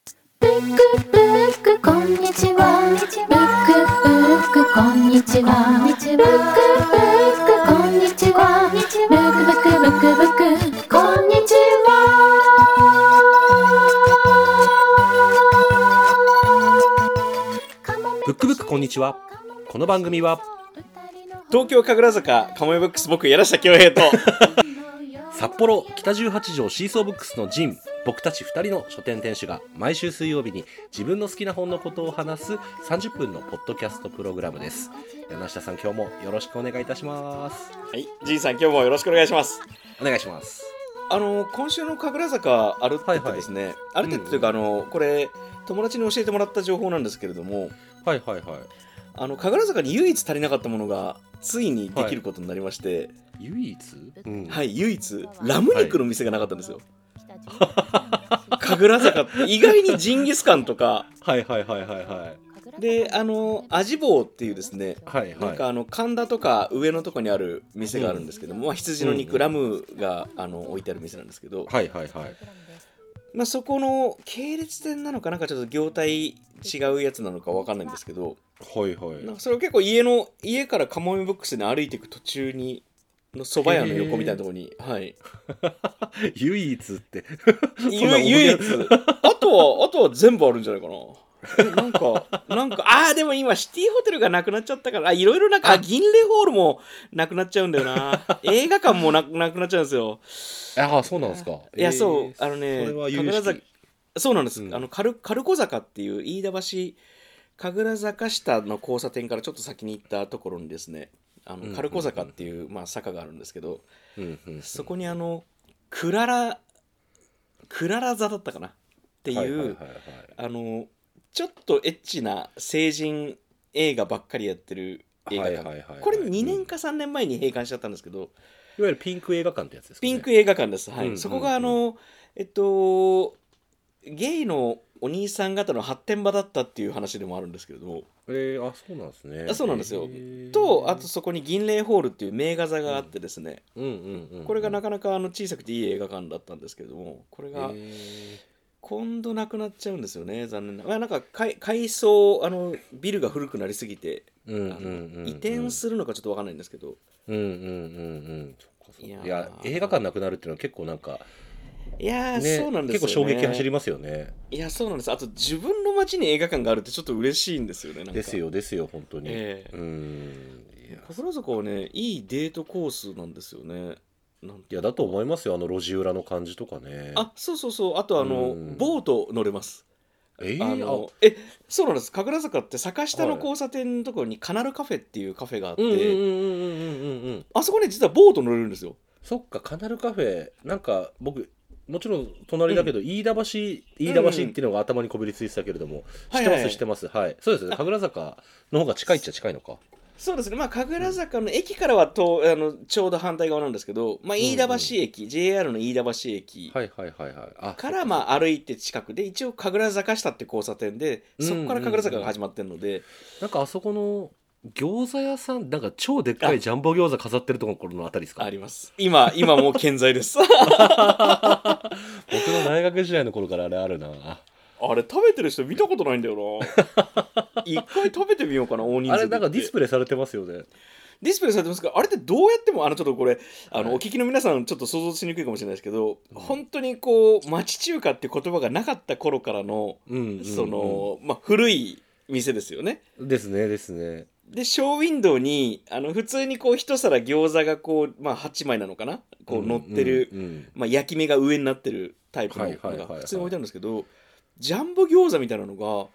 ックブックこんにちはブックブックこんにちはブックブックこんにちはブックブックブックブックこんにちはブックブックこんにちはこの番組は東 京神楽坂カモメブックス僕柳下恭平と札幌北18条シーソーブックスのジン僕たち2人の書店店主が毎週水曜日に自分の好きな本のことを話す30分のポッドキャストプログラムです柳下さん今日もよろしくお願いいたしますはいジンさん今日もよろしくお願いしますお願いしますあの今週の神楽坂アルテッドですね、アルテッドというか、あのこれ友達に教えてもらった情報なんですけれどもはいはいはいあの神楽坂に唯一足りなかったものがついにできることになりまして唯一、うんはい、唯一ラム肉の店がなかった んですよ、神楽坂って意外にジンギスカンとか はいはいはいはいはいであの味坊っていうですねはいなんはかあの神田とか上野とかにある店があるんですけども、まあ、羊のうん肉ラムがあの置いてある店なんですけど、いはいはいはいまあ、そこの系列店なのかなんかちょっと業態違うやつなのかわかんないんですけどはいはなんかそれを結構家の家からカモメブックスで歩いていく途中にの蕎麦屋の横みたいなところに、 はい、い 唯一ってゆそんな思い出唯一あとはあとは全部あるんじゃないかなえなんかなんかああでも今シティホテルがなくなっちゃったからあいろいろなんかあ銀霊ホールもなくなっちゃうんだよ な映画館もななくなっちゃうんですよああそうなんですかいやそうえーあのねそれは有神楽坂識そうなんです、うんあのカルカルコ坂っていう飯田橋神楽坂下の交差点からちょっと先に行ったところにですねあうんうんうのんカルコ坂っていう、まあ、坂があるんですけどうんうんそこにあのクララクララ座だったかなっていう、はいはいはいはいあのちょっとエッチな成人映画ばっかりやってる映画館、はいはいはいはいこれ2うん年か3年前に閉館しちゃったんですけど、いわゆるピンク映画館ってやつですか、ね、ピンク映画館です、はいうんそこがあのえっとゲイのお兄さん方の発展場だったっていう話でもあるんですけれども、えー、あそうなんですねあそうなんですよえーとあとそこに銀霊ホールっていう名画座があってですね、うんうんうんうんこれがなかなかあの小さくていい映画館だったんですけれどもこれえがー今度なくなっちゃうんですよね残念なまあなんか改改装あのビルが古くなりすぎてうんうんあのうんうん移転するのかちょっとわかんないんですけど、うんうんうんうんそっかそっかいやーいや映画館なくなるっていうのは結構なんか、いやー、ね、そうなんです結よ、ね、構衝撃走りますよねいやそうなんですあと自分の街に映画館があるってちょっと嬉しいんですよねなんかですよですよ本当に、ええうんいや神楽坂はねいいデートコースなんですよねなんいやだと思いますよあの路地裏の感じとかねあそうそうそうあとあのうんボート乗れますえあー、あのえそうなんです神楽坂って坂下の交差点のところにカナルカフェっていうカフェがあって、うんうんうんうんうんうんうんあそこね実はボート乗れるんですよそっかカナルカフェなんか僕もちろん隣だけど、飯田橋飯田橋っていうのが頭にこびりついてたけれども、知はっいてはまいはいす知ってますはいそうですね神楽坂の方が近いっちゃ近いのかそうですねまあ神楽坂の駅からはとあのちょうど反対側なんですけど、まあ、うんうん飯田橋駅、JR の飯田橋駅はいはいはいはいあからまあ歩いて近くで一応神楽坂下って交差点でそこから神楽坂が始まってるので、なんかあそこの餃子屋さんなんか超でっかいジャンボ餃子飾ってるところのあたりですかあります今今もう健在です僕の大学時代の頃からあれあるなああれ食べてる人見たことないんだ よな一回食べてみようかな大人数でれなんかディスプレイされてますよねディスプレイされてますけどあれってどうやってもあのちょっとこれあの、はいお聞きの皆さんちょっと想像しにくいかもしれないですけど、うん本当にこう町中華って言葉がなかった頃からのうんうんうんその、まあ、古い店ですよねですねですねでショーウィンドウにあの普通にこう一皿餃子がこう、まあ、8枚なのかなこう乗ってる、うんうんまあ、焼き目が上になってるタイプのはいはいはいのはいが普通に置いてあるんですけどジャンボ餃子みたいなのが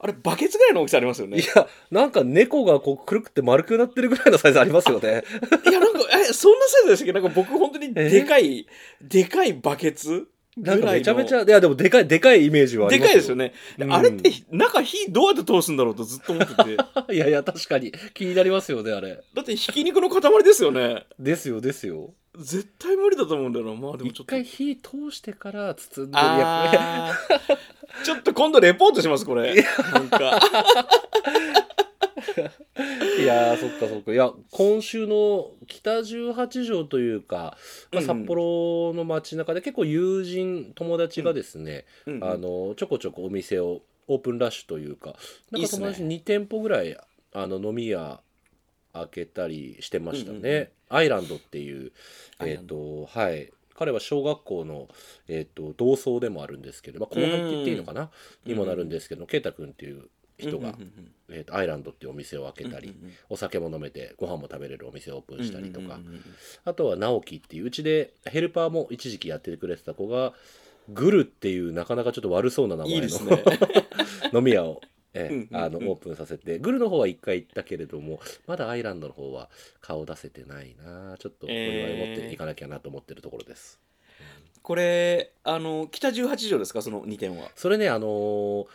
あれバケツぐらいの大きさありますようんねいやなんか猫がこうくるくって丸くなってるぐらいのサイズありますよねいやなんかえそんなサイズでしたっけなんか僕本当にでかいでかいバケツなんかめちゃめちゃゃ、いやでもでかい、でかいイメージはあでりまかすいですよね、でうんあれって中火どうやって通すんだろうとずっと思っててだ ね。いやいや、確かに。気になりますよね、あれ。ってひき肉の塊ですよねですよ、ですよ。絶対無理だと思うんだよなまあでもちょ一っと回火通してから包んでるやあーちょっと今度レポートしますこれなんか つ。いいやーそっかそっかいや今週の北十八条というか、まあ、うんうん札幌の街中で結構友人友達がですね、うんうんあのちょこちょこお店をオープンラッシュというかないんいかっすね友達2店舗ぐらいあの飲み屋開けたりしてましたね、うんうんうんアイランドっていうアイえラっ、ンとはい彼は小学校の、えー、と同窓でもあるんですけど、まあ、後輩って言っていいのかな、うんにもなるんですけど圭太君っていう人が、うんうんえー、とアイランドっていうお店を開うんけたり、うんうんお酒も飲めてご飯も食べれるお店をオープンしたりとか、うんうんうんあとは直樹っていううちでヘルパーも一時期やってくれてた子がグルっていうなかなかちょっと悪そうな名いい前のですね 飲み屋を、えうんうんうんあのオープンさせてグルの方は1回行ったけれどもまだアイランドの方は顔出せてないなちょっとお祝いを持っていかなきゃなと思ってるところです。これあの北18条ですかその2点はそれねあのー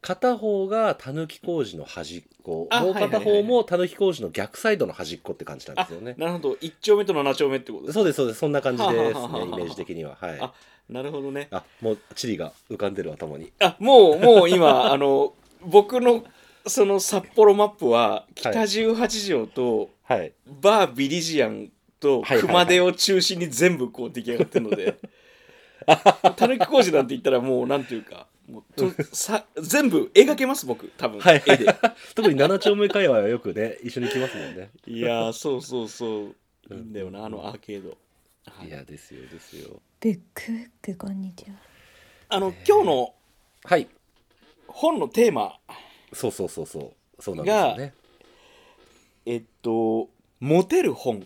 片方がたぬき工事の端っこあもうはいはいは片い方もたぬき工事の逆サイドの端っこって感じなんですよね。なるほど1丁目と7丁目ってことですそうですそうですそんな感じですはあはあはあねはあイメージ的にははいあなるほどねあもう地理が浮かんでる頭にあもうもう今 あの僕のその札幌マップは北18条とはいバービリジアンとはいはいはい熊手を中心に全部こう出来上がってるの でたぬき工事なんて言ったらもうなんていうかもうとさ全部描けます僕多分、はい絵で特に七丁目界隈はよくね一緒に来ますもんねいやーそうそうそういいんだよなあのアーケードはいいやですよですよブックブックこんにちはあの今日のはい本のテーマそうそうそうそうそうなんですよねえっとモテる 本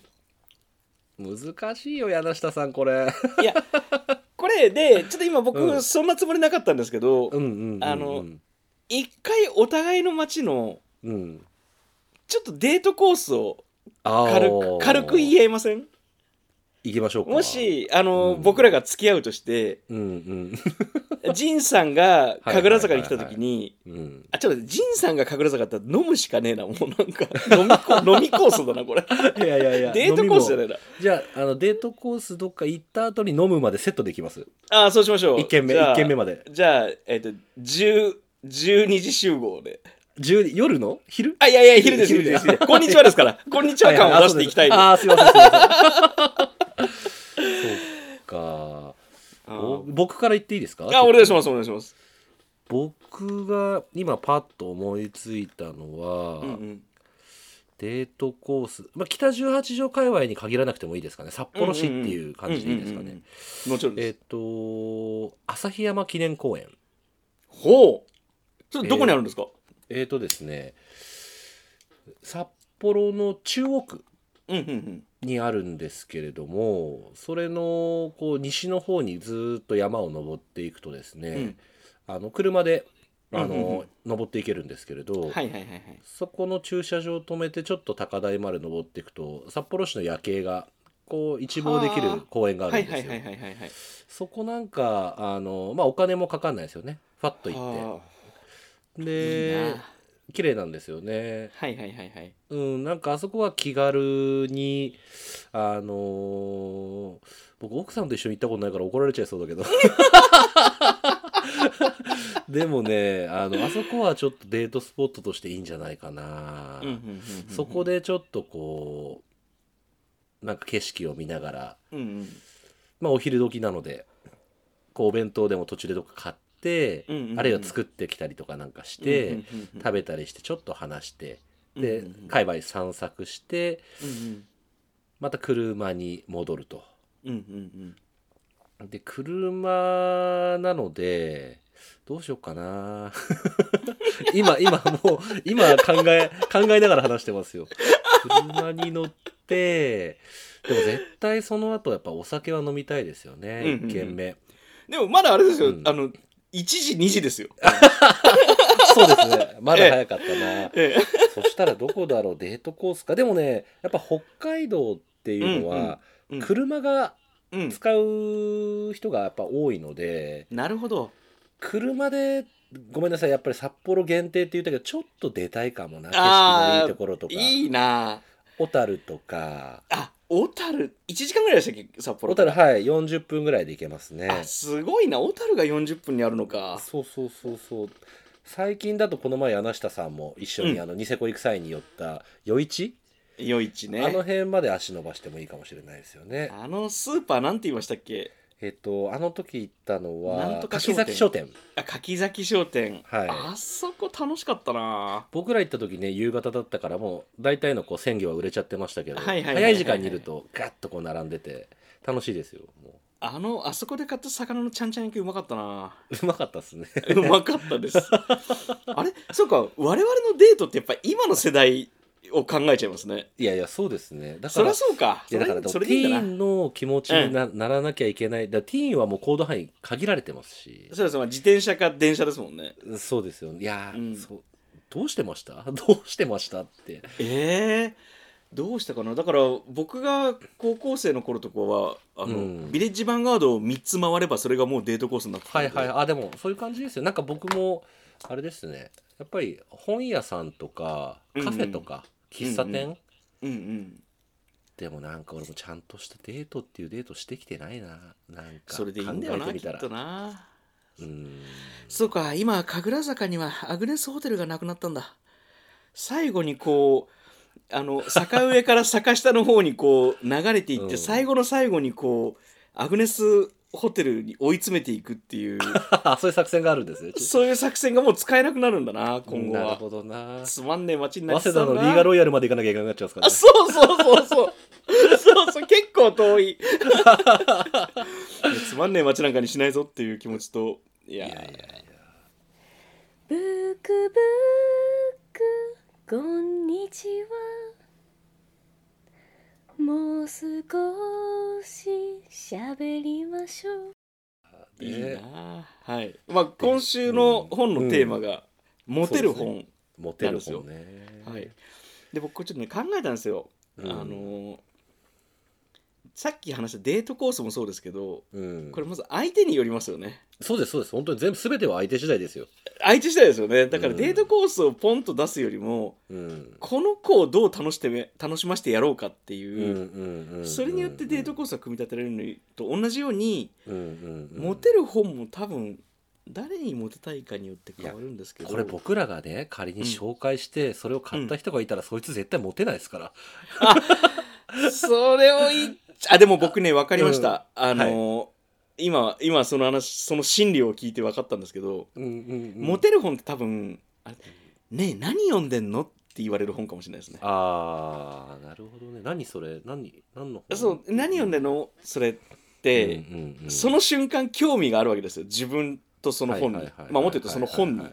難しいよ柳下さんこれいやこれでちょっと今う僕んそんなつもりなかったんですけどうんうんうんうんあの一回お互いの街のうんちょっとデートコースをあー軽く軽く言えません行きましょうかもしあの、うん僕らが付き合うとしてうん仁さんが神楽坂に来た時に。うんうんあちょっと待って仁さんが神楽坂だったら飲むしかねえなもうなんか飲みこ飲みコースだなこ れいやいやいやデートコースじゃないいなじゃああのデートコースどっか行った後に飲むまでセットできますああそうしましょう一軒目じゃあ一軒目までじゃあえっ、と10 12時集合で10夜の 昼あ、いやいや、昼です、昼です。昼ですこんにちはですから、こんにちは感を出していきたい。ああ、すいません、すいません。 そっか。おあ、僕から言っていいですかお願いします、お願いします。僕が今パッと思いついたのは、うんうんデートコース、まあ、北十八条界隈に限らなくてもいいですかね札幌市っていう感じでいいですかね、。うんうんうんもちろんえでっ、す。と旭山記念公園ほう。それどこにあるんですかえっ、とですね札幌の中央区うんうんうん。にあるんですけれどもそれのこう西の方にずーっと山を登っていくとですね、あの車であの、うんうんうん登っていけるんですけれど、はいはいはいはい。そこの駐車場を止めてちょっと高台まで登っていくと札幌市の夜景がこう一望できる公園があはいるんですはよ、いはいはいはいはい。そこなんかあの、まあ、お金もかかんないですよねファッと行っはあていいでな綺麗なんですよねはいはいはいはい。うん、なんかあそこは気軽に、あのー僕奥さんと一緒に行ったことないから怒られちゃいそう だけど。でもね、あの、あそこはちょっとデートスポットとしていいんじゃないかな。うんうんうんうんそこ。でちょっとこう、なんか景色を見ながら、うんうんまあお昼時なので、こうお弁当でも途中でどっか買って、うんうんうんあるいは作ってきたりとかなんかして、うんうんうん食べたりしてちょっと話して、でうんうんうん界隈散策してうんまた車に戻るとうんうんうんで車なのでどうしようかな 今今もう今考え考えながら話してますよ車に乗ってでも絶対その後やっぱお酒は飲みたいですよね、うんうんうん1軒目でもまだあれですよう、んあの、1時2時ですよ。そうですねまだ早かったな、ええそしたらどこだろうデートコースかでもねやっぱ北海道っていうのはうん車がうん使う人がやっぱ多いのでなるほど。車でごめんなさいやっぱり札幌限定って言ったけどちょっと出たいかもな景あー色のいいところとかいいな小樽とかあ、小樽、1時間ぐらいでしたっけ、札幌小から樽はい40分ぐらいで行けますねあすごいな小樽が40分にあるのかそうそうそうそう最近だとこの前柳下さんも一緒にうんあのニセコ行く際に寄った余市、余市ねあの辺まで足伸ばしてもいいかもしれないですよねあのスーパーなんて言いましたっけえっとあの時行ったのなんはとか商柿店崎商店あ柿崎商店、はいあそこ楽しかったな僕ら行った時ね夕方だったからもう大体のこう鮮魚は売れちゃってましたけどはいはいはいはい早い時間にいるとガッとこう並んでて楽しいですよもあのあそこで買った魚のちゃんちゃん焼きうまかったなううまかったっすね うまかったですあれそうか我々のデートってやっぱ今の世代を考えちゃいますねいやいやそうですねだかそりらゃそうかいやだからそでもれテでいいんィだーなンの気持ちにな,、ならなきゃいけないだからティーンはもう行動範囲限られてますしそうですまあ自転車か電車ですもんねそうですよねいやー、うんそうどうしてました どうしてましたってええどうしたかなだから僕が高校生の頃とかはあの、うんビレッジヴァンガードを3つ回ればそれがもうデートコースになってたはんいではいあでもそういう感じですよなんか僕もあれですねやっぱり本屋さんとかカフェとか、喫茶店、うんうんうんでもなんか俺もちゃんとしたデートっていうデートしてきてないななんかそれでいいんだよ考えなてみきたっらとなうん そうか今神楽坂にはアグネスホテルがなくなったんだ最後にこうあの坂上から坂下の方にこう流れていって、うん最後の最後にこうアグネスホテルに追い詰めていくっていうそういう作戦があるんですねちょ っそういう作戦がもう使えなくなるんだなと 今後なるはほどなつまんねえ街にな早っちゃ稲った田んのだリーガロイヤルまで行かなきゃいけなくなっちゃうんですからあそねうそうそうそうそうそう結構遠 いいやつまんねえ街なんかにしないぞっていう気持ちといやいやいやいブックブックこんにちはもう少し喋りましょうやいいでなあはいまあ今週の本のテーマが「モテるそう本モテる本ね」はいで僕これちょっとね考えたんですよあうんのーさっき話したデートコースもそうですけどうん、これまず相手によりますよねそうですそうです本当に全部全ては相手次第ですよ、相手次第ですよねだからうんデートコースをポンと出すよりも、うん、この子をどう楽してめ楽しませてやろうかってうんういう、んうんそれによってデートコースが組み立てられるのと同じように、うんうんうんモテる本も多分誰にモテたいかによって変わるんですけどこれ僕らがね仮に紹介してそれを買った人がいたら、そいつ絶対モテないですからそれを言っちゃあでも僕ね分かりました、あのー今今その話その心理を聞いて分かったんですけど、うんうんうんモテる本って多分あれねえ何読んでんのって言われる本かもしれないですねああなるほどね何それ何何の本そう何読んでんのそれって、うんうんうんその瞬間興味があるわけですよ自分とその本にはいはいはいはいまあもっと言うとその本に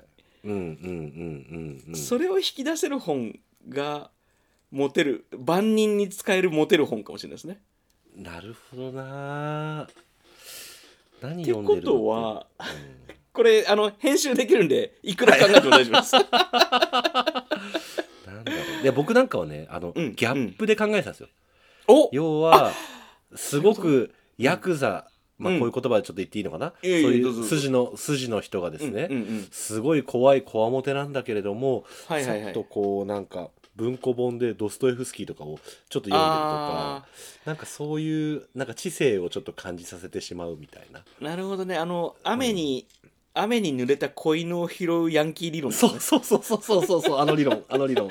うんうんうんうんうんそれを引き出せる本がモテる万人に使えるモテる本かもしれないですね。なるほどな何って読んこでるのとはってこれあの編集できるんでいくら考えても大丈夫 です。うんなんだろういや僕なんかはねあの、うんギャップで考えてたんですよお要はすごくヤクザ、まあ、こういう言葉でちょっと言っていいのかな、いやいやそういどうぞう筋の筋の人がですね、うんうんうんすごい怖いこわもてなんだけれども、はいはいはちょっとい。こうなんか文庫本でドストエフスキーとかをちょっと読んでるとかあなんかそういうなんか知性をちょっと感じさせてしまうみたいな、ーなるほどねあの雨に、雨に濡れた子犬を拾うヤンキー理論ですそねうそうそうそうそうそうそうあの理 論あの理論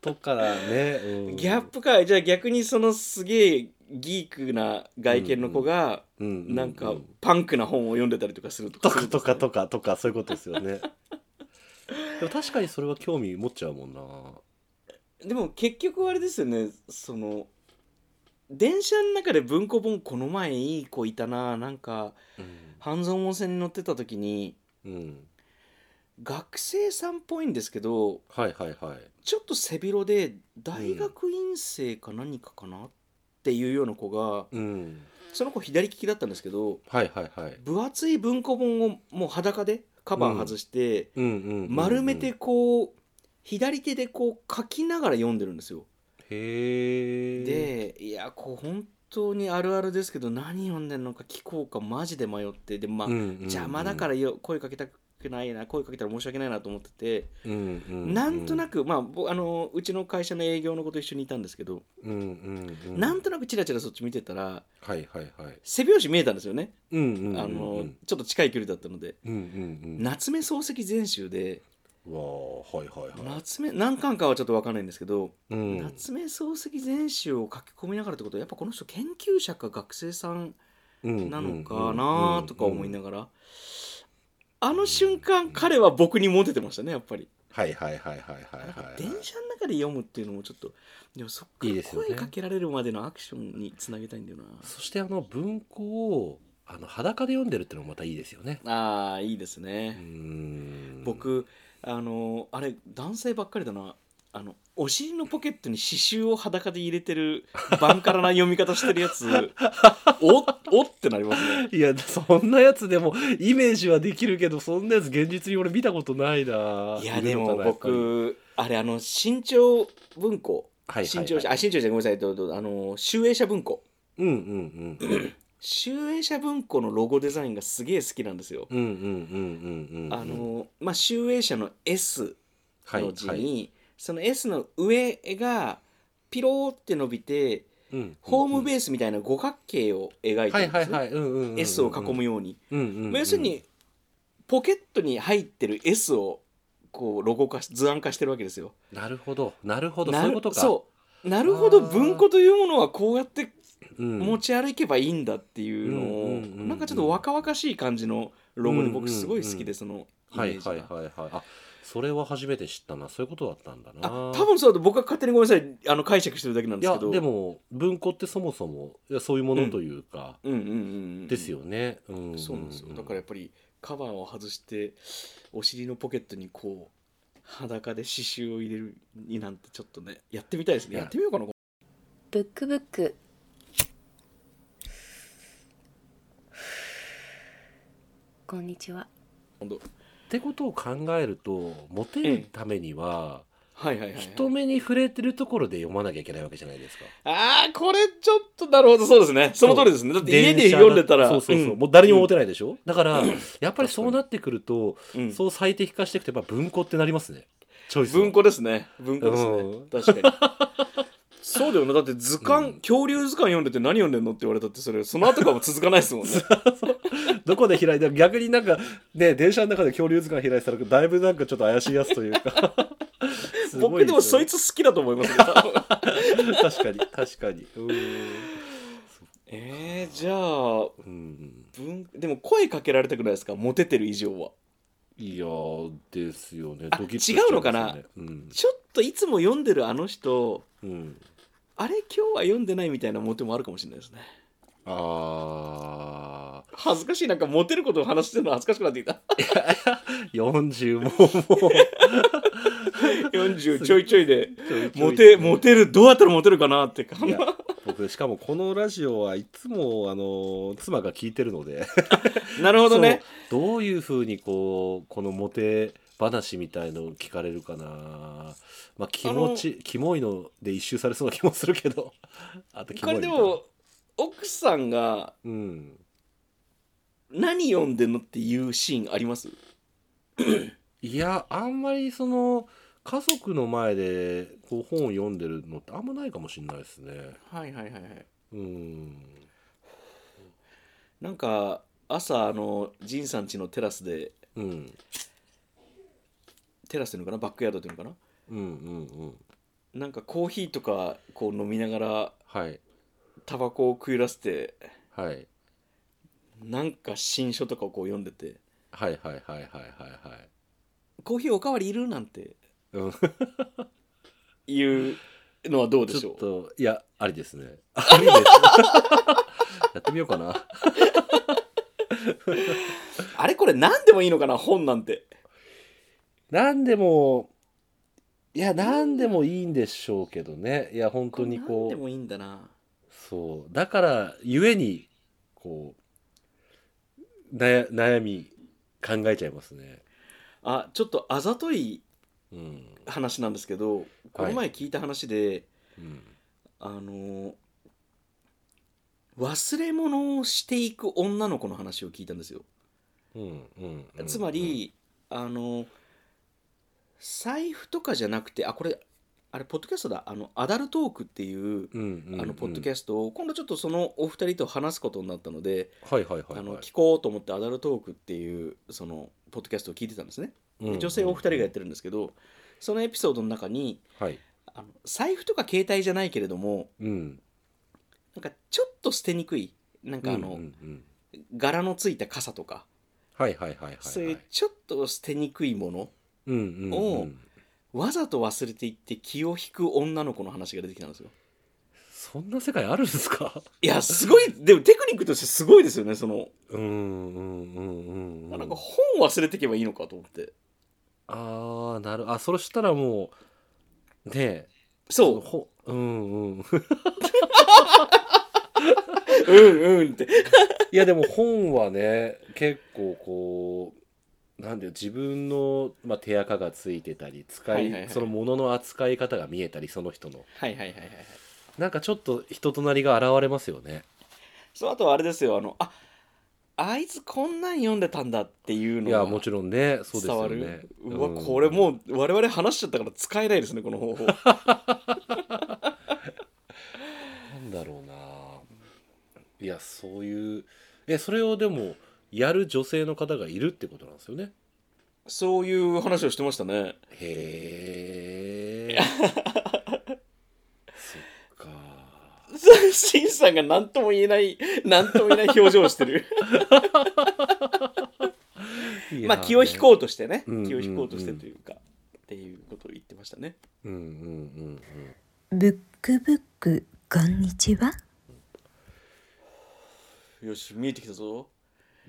とかね、うんギャップかじゃあ逆にそのすげえギークな外見の子が、うんううなんかパンクな本を読んでたりとかするととかかとかとかとかそういうことですよ ねでも確かにそれは興味持っちゃうもんなでも結局あれですよねその電車の中で文庫本この前いい子いたななんか半蔵門線に乗ってた時にうん、うん、学生さんっぽいんですけどはいはいはいちょっと背広で大学院生か何かかなっていうような子がうんその子左利きだったんですけどはいはいはい分厚い文庫本をもう裸でカバー外してうんうんうんうん丸めてこう左手でこう書きながら読んでるんですよ。へえでいやこう本当にあるあるですけど何読んでんのか聞こうかマジで迷ってでまあ、うんうんうん邪魔だからよ声かけたくないな声かけたら申し訳ないなと思ってて、うんうんうん、なんとなく、く、まあ、ぼあのうちの会社の営業の子と一緒にいたんですけど、うんうんうん、なんとなくチラチラそっち見てたらはいはいはい、背拍子見えたんですよね、うんうんうんうん、あのちょっと近い距離だったので、うんうん夏目漱石全集でうん、うわーはいはいはい、夏目何巻かはちょっと分かんないんですけど、うん、夏目漱石全集を書き込みながらってことはやっぱこの人研究者か学生さんなのかなとか思いがながら、あの瞬間彼は僕にモテてましたねやっぱりら、はいはいはいはいはいはい、電車の中で読むっていうのもちょっとでもそっかいいらですよね声かけられるまでのアクションにつなげたいんだよなそしてあの文庫をあの裸で読んでるってのもまたいいですよね。あーいいですうーね、ん、僕あのあれ男性ばっかりだなあのお尻のポケットに刺繍を裸で入れてるバンカラな読み方してるやつ おおってなりますねいやそんなやつでもイメージはできるけどそんなやつ現実に俺見たことないないいやでもはい僕あれあの新潮文庫はいはい新潮社あ新潮社ごめんなさいどうぞあの集英社文庫うんうんうん集英社文庫のロゴデザインがすげえ好きなんですよ、うんうんうんうんうんあのまあ集英社の S はいの字に、はいその S の上がピローって伸びてうんホームベースみたいな五角形を描いてはるいんはでいすねはいうんうんうんうん S を囲むように、うんうんうんまあ要するにポケットに入ってる S をこうロゴ化し図案化してるわけですよなるほどなるほどなそるういうことかそうなるほど文庫というものはこうやってうん持ち歩けばいいんだっていうのを、うんうんうんうんなんかちょっと若々しい感じのロゴでうんうんう僕んすごい好きで、そのイメはいージが、はいはいはいあそれは初めて知ったなそういうことだったんだなあ多分そうだと僕は勝手にごめんなさいあの解釈してるだけなんいですやけどでも文庫ってそもそもいやそういうものというか、うんうんうんうんですよね、うんうんうんそうなんですよだからやっぱりカバーを外してお尻のポケットにこう裸で刺繍を入れるになんてちょっとねやってみたいですねいややってみようかなブックブックこんにちは今度ってことを考えるとモテるためには、はいはいはい、はい、人目に触れてるところで読まなきゃいけないわけじゃないですか。ああこれちょっとなるほどそうですねその通りですねだって家電で車だ読んでたらそうそうそう、んもう誰にもモテないでしょ、だから、やっぱりそうなってくると、うんそう最適化していくとやっぱ文庫ってなりますねチョイスは文庫ですね文庫ですね確かにそうだよねだって図鑑、うん恐竜図鑑読んでて何読んでんのって言われたってそれその後からも続かない ですもんねどこで開いても逆になんかね電車の中で恐竜図鑑開いてたらだいぶなんかちょっと怪しいやつというか すご僕でもすそよいつ好きだと思い ますけど確かに確 かにうーんえー、じゃあうん文でも声かけられたくないですかモテてる以上はいやーですよねあドキッとしちゃいま違すうのかなよねうんちょっといつも読んでるあの人うんあれ今日は読んでないみたいなモテもあるかもしれないですねあ恥ずかしいなんかモテることを話してるの恥ずかしくなってき たー40ももう40ちょいちょいでモちょいちょテいモテるどうやったらモテるかなっていや僕しかもこのラジオはいつもあの妻が聞いてるのでなるほどねそうどういうふうにこうこのモテ話みたいのを聞かれるかなまあ気持ちキモいので一周されそうな気もするけど あとキモこいれでみたいなも奥さんがうん何読んでんのっていうシーンありますいやあんまりその家族の前でこう本を読んでるのってあんまないかもしれないですねはいはいはいはいうんなんか朝あの仁さん家のテラスでうんテラスっていうのかなバックヤードっていうのかうんうんうんななんかコーヒーとかこう飲みながらはいタバコを食いらせてはいなんか新書とかをこう読んでてはいはいはいはいはいはい「コーヒーおかわりいる?」なんてうんいうのはどうでしちょょっうといやありですねありです やってみようかなあれこれ何でもいいのかな本なんてなんでもいやなんでもいいんでしょうけどねいや本当に何こでうもいいんだなそうだからゆえにこう悩悩み考えちゃいますねあちょっとあざというん、話なんですけどこの前聞いた話で、うん、あの忘れ物をしていく女の子の話を聞いたんですよ、うんうんうんつまり、あの財布とかじゃなくてあこれあれポッドキャストだあのアダルトークっていううんうんうんあのポッドキャストを今度ちょっとそのお二人と話すことになったので、はいはいはいはい、あの聞こうと思ってアダルトークっていうそのポッドキャストを聞いてたんですね、うんうんで女性お二人がやってるんですけどそのエピソードの中にはい、あの財布とか携帯じゃないけれどもうん、なんかちょっと捨てにくいなんかあの、うんうんうん柄のついた傘とか、はいはいはいはいはいそういうちょっと捨てにくいものうんうんうんをわざと忘れていって気を引く女の子の話が出てきたんですよそんな世界あるんで すかいやすごいでもテクニックとしてすごいですよねその、うんうんうんうんうなんんか本忘れていけばいいのかと思ってああなるあそれしたらもうねえ そうほうん うんうんうんっていやでも本はね結構こうなんだよ自分の、まあ、手垢がついてたり使い、はいはいはいそのものの扱い方が見えたりその人のはいはいはいはいはいなんかちょっと人となりが現れますよねそうあとはあれですよあのああいつこんなん読んでたんだっていういのやがもちろんねそうです伝わよるねうわ、これうもう我々話しちゃったから使えないですねこの 方法んなんだろうないやそういうえそれをでもやる女性の方がいるってことなんですよねそういう話をしてましたねへえそっかシンさんが何とも言えない、何とも言えない表情をして る。まあ気を引こうとしてね。うん気を引こうとしてというか、っていうことを言ってましたね。う。うんうんうんうん。ブックブックこんにちはよし、見えてきたぞ。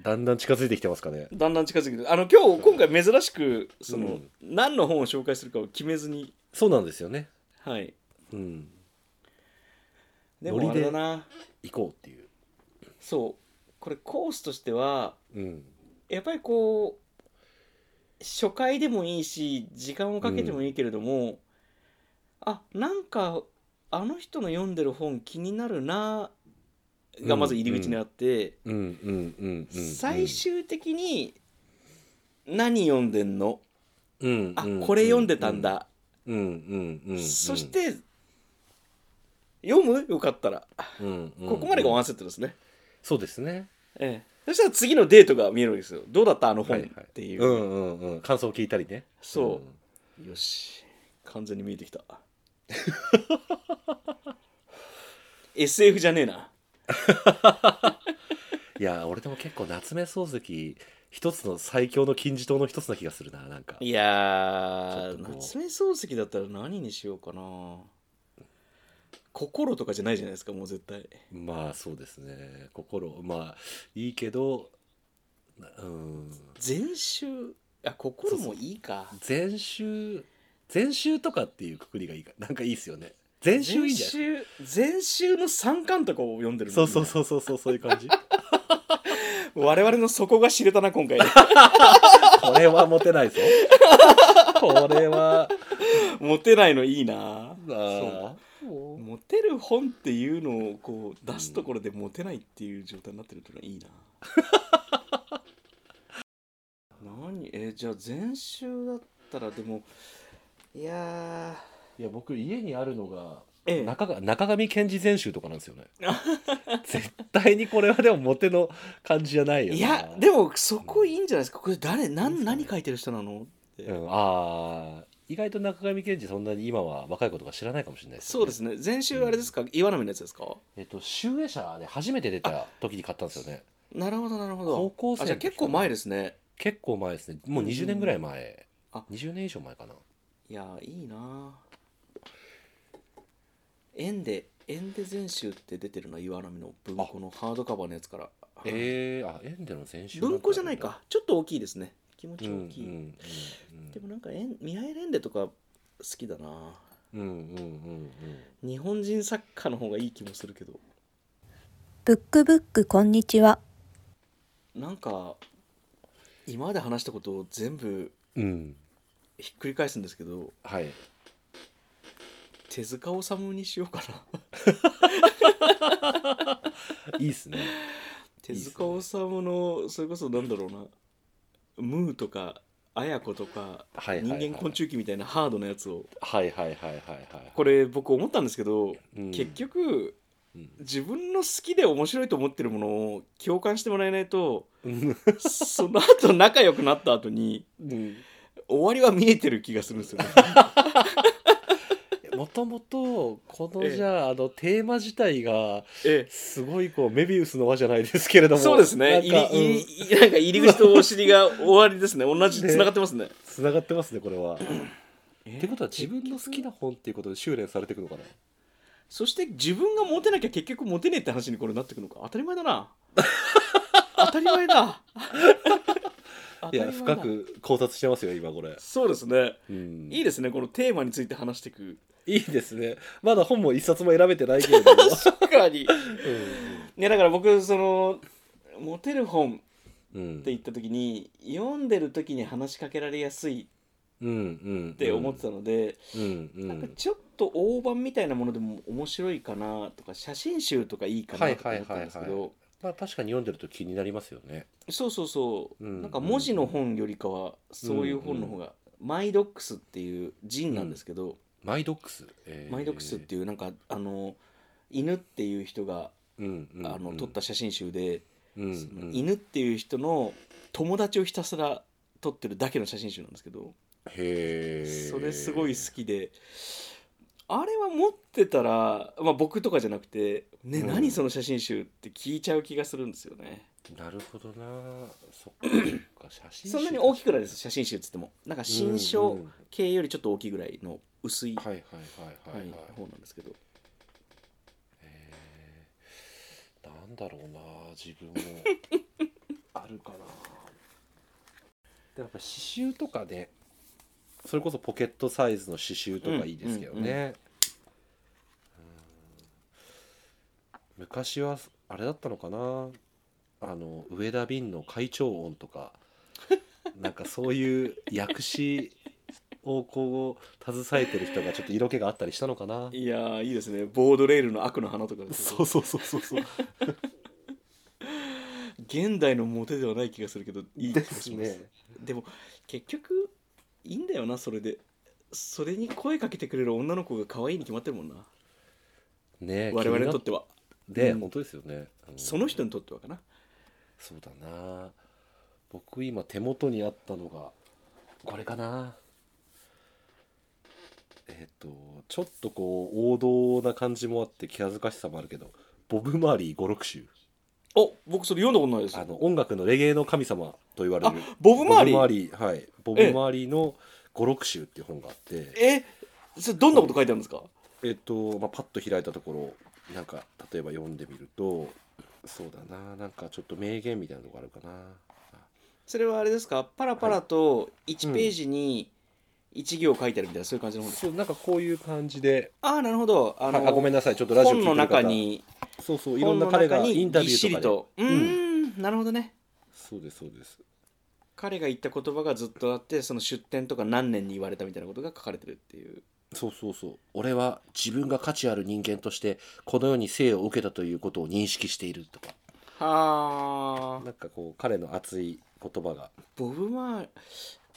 だんだん近づいてきてますかね。だんだん近づいてくる。あの、今日、今回珍しく、その、うん何の本を紹介するかを決めずに、そうなんですよね。はい。うん。でノもリあでれだな。行こうっていう。そう。これコースとしては、うん。やっぱりこう、初回でもいいし、時間をかけてもいいけれども、あ、なんか、あの人の読んでる本気になるな、がまず入り口にあって、うんうんうんうん。最。終的に、何読んでんのうん。あ、これ読んでたん。だ。うんうんうん。そし。て、読むよかったら。うん。ここまでがワン。ンセットですね。そうですね。ええ。そしたら次のデートが見えるわけですよ。どうだったあのは本いはいっていう。うんうんうん。感想を聞いたりね。。そうんよし完全に見えてき た SF じゃねえないや俺でも結構夏目漱石一つの最強の金字塔の一つな気がするななんか。いやちょっとこう夏目漱石だったら何にしようかな心とかじゃないじゃないですかもう絶対まあそうですね。心まあいいけど。うん。全集あ心もいいか全集全集とかっていうくくりがいいかなんかいいっすよね全集いいんじゃない全集全集の三巻とかを読んでるそうそううそうそうそうそういう 感じ我々の底が知れたな今回 これはモテないぞこれはモテないのいいなあそうモテる本っていうのをこう出すところでモテないっていう状態になってるというのはいいな 何えじゃあ全集だったらでもいやーいや僕家にあるのがええ中が中上健二全集とかなんです よね絶対にこれはでもモテの感じじゃないよいなやでもそこいいんじゃないですかこれ誰いいっ何すかね何書いてる人なのうん、あー意外と中上健二そんなに今は若い子とか知らないかもしれないそうですね全集あれですか岩波のやつですかえっと集英社で初めて出た時に買ったんですよねなるほどなるほど高校生あのじ時ゃあ結構前ですね結構前ですねもう20年ぐらい前、うんあ20年以上前かないやいいな円で円で全集って出てるな岩波の文庫のハードカバーのやつからえー、あエンデの全集文庫じゃないかちょっと大きいですね気持うちんうん大きい、うんでもなんか円宮エレンデとか好きだなうんうんうん日本人作家の方がいい気もするけどブックブックこんにちはなんか今まで話したことを全部うんうんひっくり返すんですけどはい手塚治虫にしよう かないいっすね手塚治虫のそれこそなんだろうな「ムー」とかあやことか、はいはいはい人間昆虫記みたいなハードなやつをはいはいはいはいはいこれ僕思ったんですけど、うん結局うん自分の好きで面白いと思ってるものを共感してもらえないとその後仲良くなった後にうん終わりは見えてる気がするんですよね。 もともとこのええじゃああのテーマ自体がえすごいこうメビウスの輪じゃないですけれえどもそうですなねん入りか入うんり入りなんか入り口とお尻が終わりですね同じ繋がってますね。つながってますねこれは。ってことは自分の好きなな本っていうことで修練されていくのかなそして自分がモテなきゃ結局モテねえって話にこれなってくのか当たり前だ な当たり前だ当たりいや前だ深く考察してますよ今これ、そうですねうん、いいですねこのテーマについて話していくいいですねまだ本も一冊も選べてないけれど も、確かにいやだから僕そのモテる本ってうんうん、言った時に読んでる時に話しかけられやすいっって思ってたので、うんうなんかん、ちょっと大判みたいなものでも面白いかなとか写真集とかいいかなとか思ったんですけはいはいはいどまあ確かに読んでると気になりますよねそうそうそう、うんなんか文字の本よりかはそういう本の方が、マイドックスっていうジンなんですけど、マイドックス、えーマイドックスっていうなんかあの犬っていう人が、うんうんうんあの撮った写真集で、うんうんその犬っていう人の友達をひたすら撮ってるだけの写真集なんですけど、へえそれすごい好きであれは持ってたら、まあ、僕とかじゃなくて「ね、うん何その写真集?」って聞いちゃう気がするんですよね。なるほどなそっかそっか写真集そんなに大きくないです写真集っつってもなんか新うん書うん系よりちょっと大きいぐらいの薄い、はいはいはいはいはい、はい方なんですけどえーなんだろうな自分も あるかなでやっぱ刺繍とかねそれこそポケットサイズの刺繍とかいいですけどね、うんうんうん昔はあれだったのかなあの上田瓶の会長音と かなんかそういう訳詞をこう携えてる人がちょっと色気があったりしたのかないやーいいですねボードレールの悪の花とかですけどそうそうそうそ うそう現代のモテではない気がするけどいい気がしますですねでも結局いいんだよなそれでそれに声かけてくれる女の子が可愛いに決まってるもんなねえ我々にとっ気てはになっうん本当ですよね、うんその人にとってはかなそうだな僕今手元にあったのがこれかなえっ、とちょっとこう王道な感じもあって気恥ずかしさもあるけどボブ・マーリー56集お僕それ読んだことないですあの音楽のレゲエの神様と言われるあボブマーリーはいボええブ・マーリーの56集っていう本があってえそれどんなこと書いてあるんですかえっ、と、まあ、パッと開いたところなんか例えば読んでみるとそうだななんかちょっと名言みたいなのがあるかなそれはあれですかパラパラと1ページに1行書いてあるみたいなそういう感じの本ですかそうなんかこういう感じでああなるほどああのあごめんなさいちょっとラジオ聞い本のてる方中にそうそういろんな彼が本の中にインタビュぎっしーりとかでとうーんなるほどねそうですそうです彼が言った言葉がずっとあってその出典とか何年に言われたみたいなことが書かれてるっていうそうそうそう俺は自分が価値ある人間としてこの世に生を受けたということを認識しているとかはあなんかこう彼の熱い言葉がボブ・マー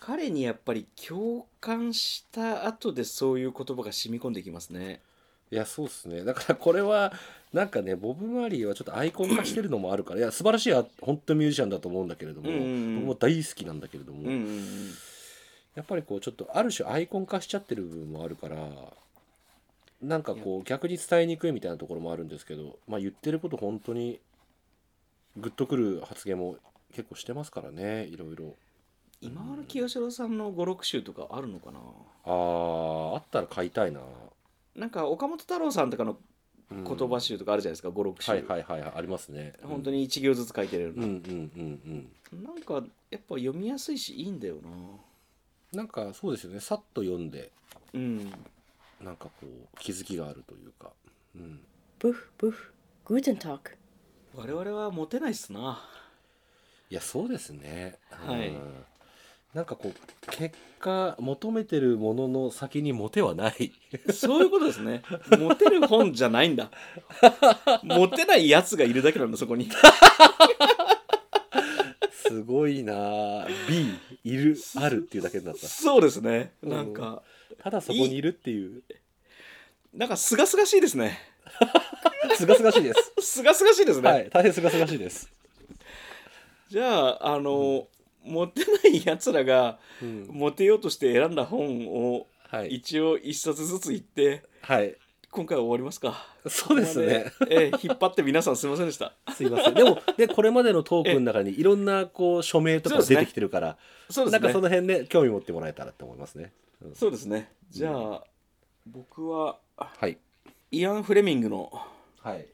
彼にやっぱり共感した後でそういう言葉が染み込んできますねいやそうですねだからこれはなんかねボブ・マーリーはちょっとアイコン化してるのもあるからいや素晴らしいあ本当ミュージシャンだと思うんだけれども、うんうんうん僕も大好きなんだけれども、うんうんうんやっぱりこうちょっとある種アイコン化しちゃってる部分もあるからなんかこう逆に伝えにくいみたいなところもあるんですけど、まあ、言ってること本当にグッとくる発言も結構してますからねいろいろ今原清志郎さんの56集とかあるのかなあーあったら買いたいななんか岡本太郎さんとかのうん言葉集とかあるじゃないですか56集、はいはいはいはいありますね本当に1行ずつ書いてるよううんなう、んうんうんなんかやっぱ読みやすいしいいんだよななんかそうですよねさっと読んでうんなんかこう気づきがあるというか、うん、 Buch, Buch, guten Tag. 我々はモテないっすないやそうですね。はいうんなんかこう結果求めてるものの先にモテは ない。そういうことですね。モテる本じゃないん だ。モテないやつがいるだけなんだ、そこに。素すごいな B いるあるっていうだけになったそうですねなんか、ただそこにいるっていうなんかすがすがしいですねすがすがしいですすがすがしいですね、 はい大変すがすがしいです、じゃああの、モテないやつらがうん、モテようとして選んだ本をはい一応一冊ずつ言ってはい今今回は終わりますかそうですねここまでええ引っ張って皆さんすいませんでしたすいませんでもでこれまでのトークの中にいろんなこう署名とそかうです出ねてきてるから、そうでなすんかねその辺で、興味持ってもらえたらと思いますねそうですねじゃあ、僕ははいイアン・フレミングの、はい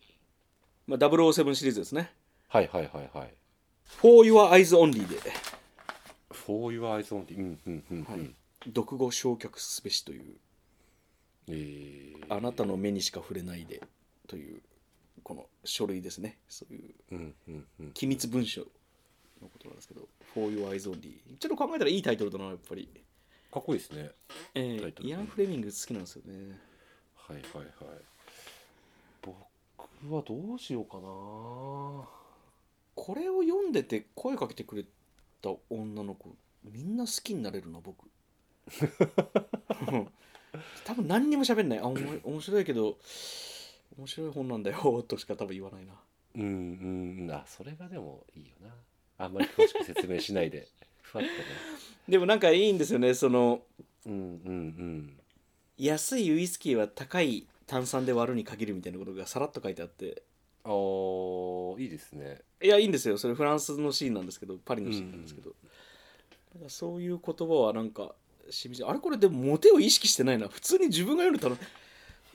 まあ、007シリーズですねはいはいはいはい「For Your Eyes Only」で For your eyes only うんうんうんうん、はい独語焼却すべしというえーあなたの目にしか触れないでというこの書類ですねそういううんうんうん機密文書のことなんですけど「For Your Eyes Only」ちょっと考えたらいいタイトルだなやっぱり、かっこいいですねえタイートルイアン・フレミング好きなんですよねはいはいはい僕はどうしようかなこれを読んでて声かけてくれた女の子みんな好きになれるな僕 多分何にも喋んないあおも面白いけど面白い本なんだよとしか多分言わないなうんうんうんあそれがでもいいよなあんまり詳しく説明し ないでふわっとねでもなんかいいんですよねそのうんうん安いウイスキーは高い炭酸で割るに限るみたいなことがさらっと書いてあってうんおいいですねいやいいんですよそれフランスのシーンなんですけどパリのシーンなんですけど、なんかそういう言葉はなんかしみじみあれこれでもモテを意識してないな普通に自分が読んでたらや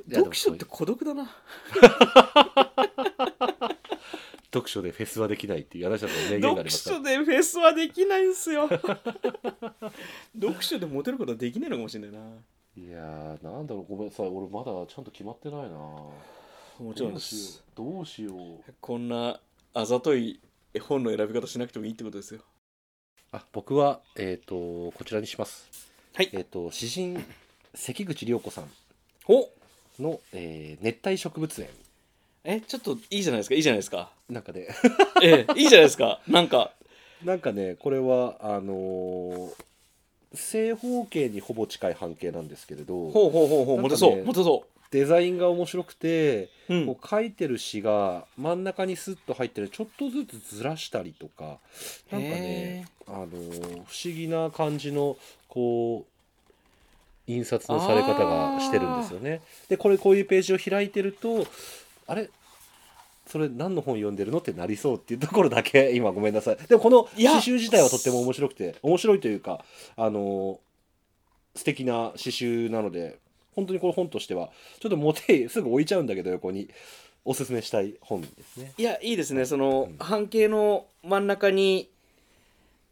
でも読書って孤独だな読書でフェスはできないっていう話だと名 言になり読ますから書でフェスはできないんすよ 読書でモテることはできないのかもしれないないやーなんだろうごめんさい俺まだちゃんと決まってないなももちろんですどうしようどうしようこんなあざとい本の選び方しなくてもいいってことですよあ僕は、えー、とこちらにします、はいえー、と詩人関口涼子さんおの、えー熱帯植物園」えちょっといいじゃないですかいいじゃないですかなんかねええいいじゃないですかなんか なんかねこれはあのー正方形にほぼ近い半径なんですけれどほうほうほうほうなんモかテねそう、モテそデザインが面白くて、う、うん、こう書いてる詩が真ん中にスッと入ってるちょっとずつずらしたりとかなんかねあのー不思議な感じのこう印刷のされ方がしてるんですよね。でこれこういうページを開いてるとあれそれ何の本読んでるのってなりそうっていうところだけ 今ごめんなさいでもこのいや刺繍自体はとっても面白くて面白いというかあのー素敵な刺繍なので本当にこれ本としてはちょっとモテすぐ置いちゃうんだけど横におすすめしたい本ですねいやいいですねその、うん半径の真ん中に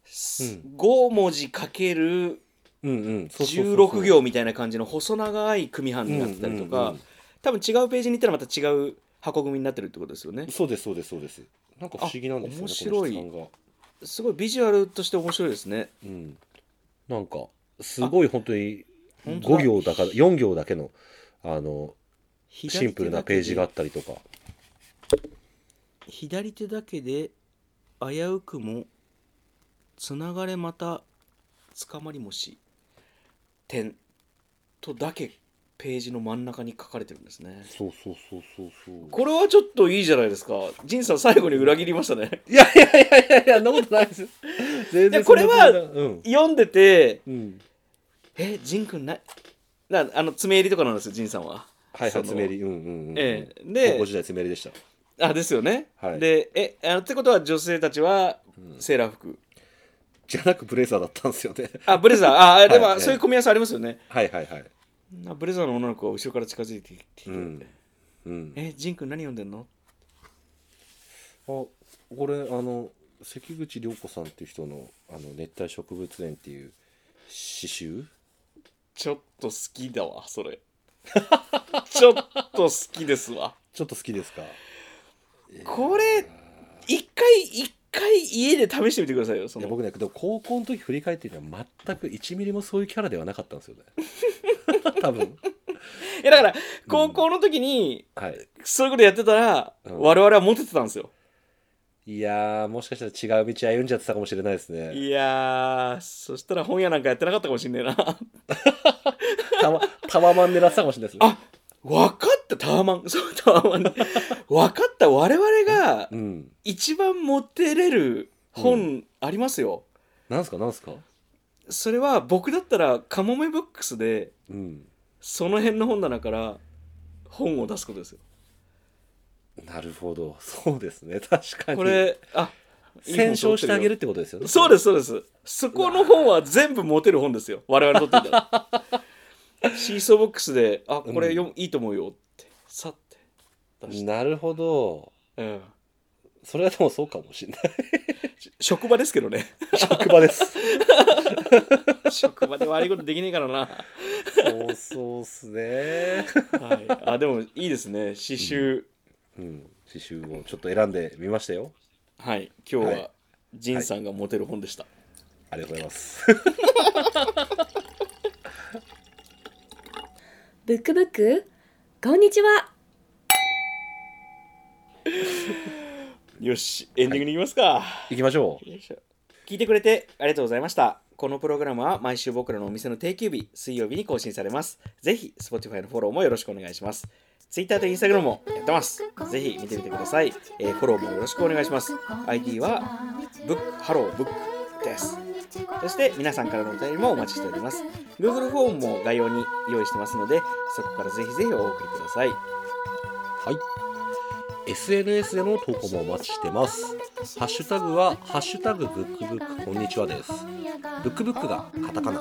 うん5文字かけるうんうんそうそうそうそう16行みたいな感じの細長い組版になってたりとか、うんうんうん多分違うページに行ったらまた違う箱組になってるってことですよねそうですそうですそうですなんか不思議なんですよねあ面白いこの質感がすごいビジュアルとして面白いですねうん、なんかすごい本当に本当だ5行だから4行だけのあのシシンプルなページがあったりとか左手だけで危うくもつながれまたつかまりもし点とだけページの真ん中に書かれてるんですねそうそうそうそうそうこれはちょっといいじゃないですか仁さん最後に裏切りましたね いやいやいやいやいやそんなことないです全いや然そんなこれはとないうん、読んでてうん、え仁君ないなあの爪襟とかなんですよ仁さんははいそはのい爪襟うんうん、うんええ高で校時代爪襟でしたあですよね、はいでえあのってことは女性たちはうんセーラー服、じゃなくブレザーだったんですよね あブレザーああでも、はいそういう組み合わせありますよねはいはいはいあブレザーの女の子が後ろから近づいてきてきて、うんうんえジン君何読んでんのあこれあの関口涼子さんっていう人の「あの熱帯植物園」っていう詩集ちょっと好きだわそれ ちょっと好きですわちょっと好きですか これ一回一回家で試してみてくださいよそいやの僕ねでも高校の時振り返ってみたら全く1ミリもそういうキャラではなかったんですよね 多分えだから高校の時にはいそういうことやってたら、うん我々はモテてたんですよいやー、もしかしたら違う道歩んじゃってたかもしれないですね。いやー、そしたら本屋なんかやってなかったかもしんねえな。タワタワマン狙ってたかもしれないですね。あ 分かった、タワマン。そう、タワマン。 分かった、我々がうん。一番モテれる本ありますよ。なんすか、なんすか。それは僕だったら、カモメブックスで、うん。その辺の本棚から本を出すことですよ。なるほど。そうですね。確かに。こ、れ、あ、戦勝してあげるってことですよね。そうですそうですそこの本は全部モテる本ですよ我々にとってみた らシーソーボックスで「あこれ読む、いいと思うよ」ってさって出して、なるほど。うんそれはでもそうかもしれない。し職場ですけどね 職場です。 職場で悪いことできねえからな、そうそうっすね。はい、あでもいいですね刺繍、うん。刺繍をちょっと選んでみましたよ。はい今日は、はいジンさんがモテる本でした、ありがとうございます。ブックブックこんにちはよしエンディングに行きますか、行きましょう。よいしょ聞いてくれてありがとうございましたこのプログラムは毎週僕らのお店の定休日水曜日に更新されますぜひ Spotify のフォローもよろしくお願いします Twitter と Instagram もやってますぜひ見てみてください、えーフォローもよろしくお願いします ID はブックハローブックですそして皆さんからのお便りもお待ちしております Google フォームも概要に用意してますのでそこからぜひぜひお送りください SNS での投稿もお待ちしてます。ハッシュタグは、ハッシュタグブックブックこんにちはです。ブックブックがカタカナ。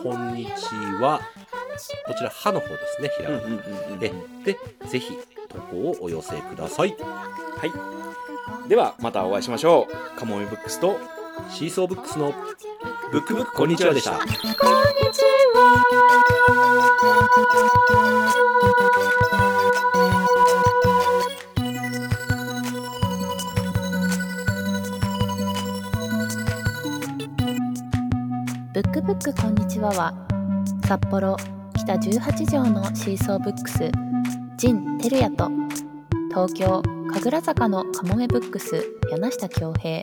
こんにちは。こちら、歯の方ですね、ひらがな。えで、ぜひ投稿をお寄せください。はいではまたお会いしましょうカモメブックスとシーソーブックスのブックブックこんにちはでしたブックブックこんにちはは札幌北18条のシーソーブックス陣照也と東京神楽坂のかもめブックス柳下恭平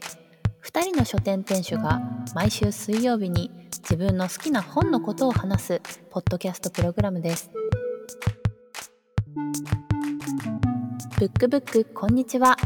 2人の書店店主が毎週水曜日に自分の好きな本のことを話すポッドキャストプログラムです。ブックブックこんにちは。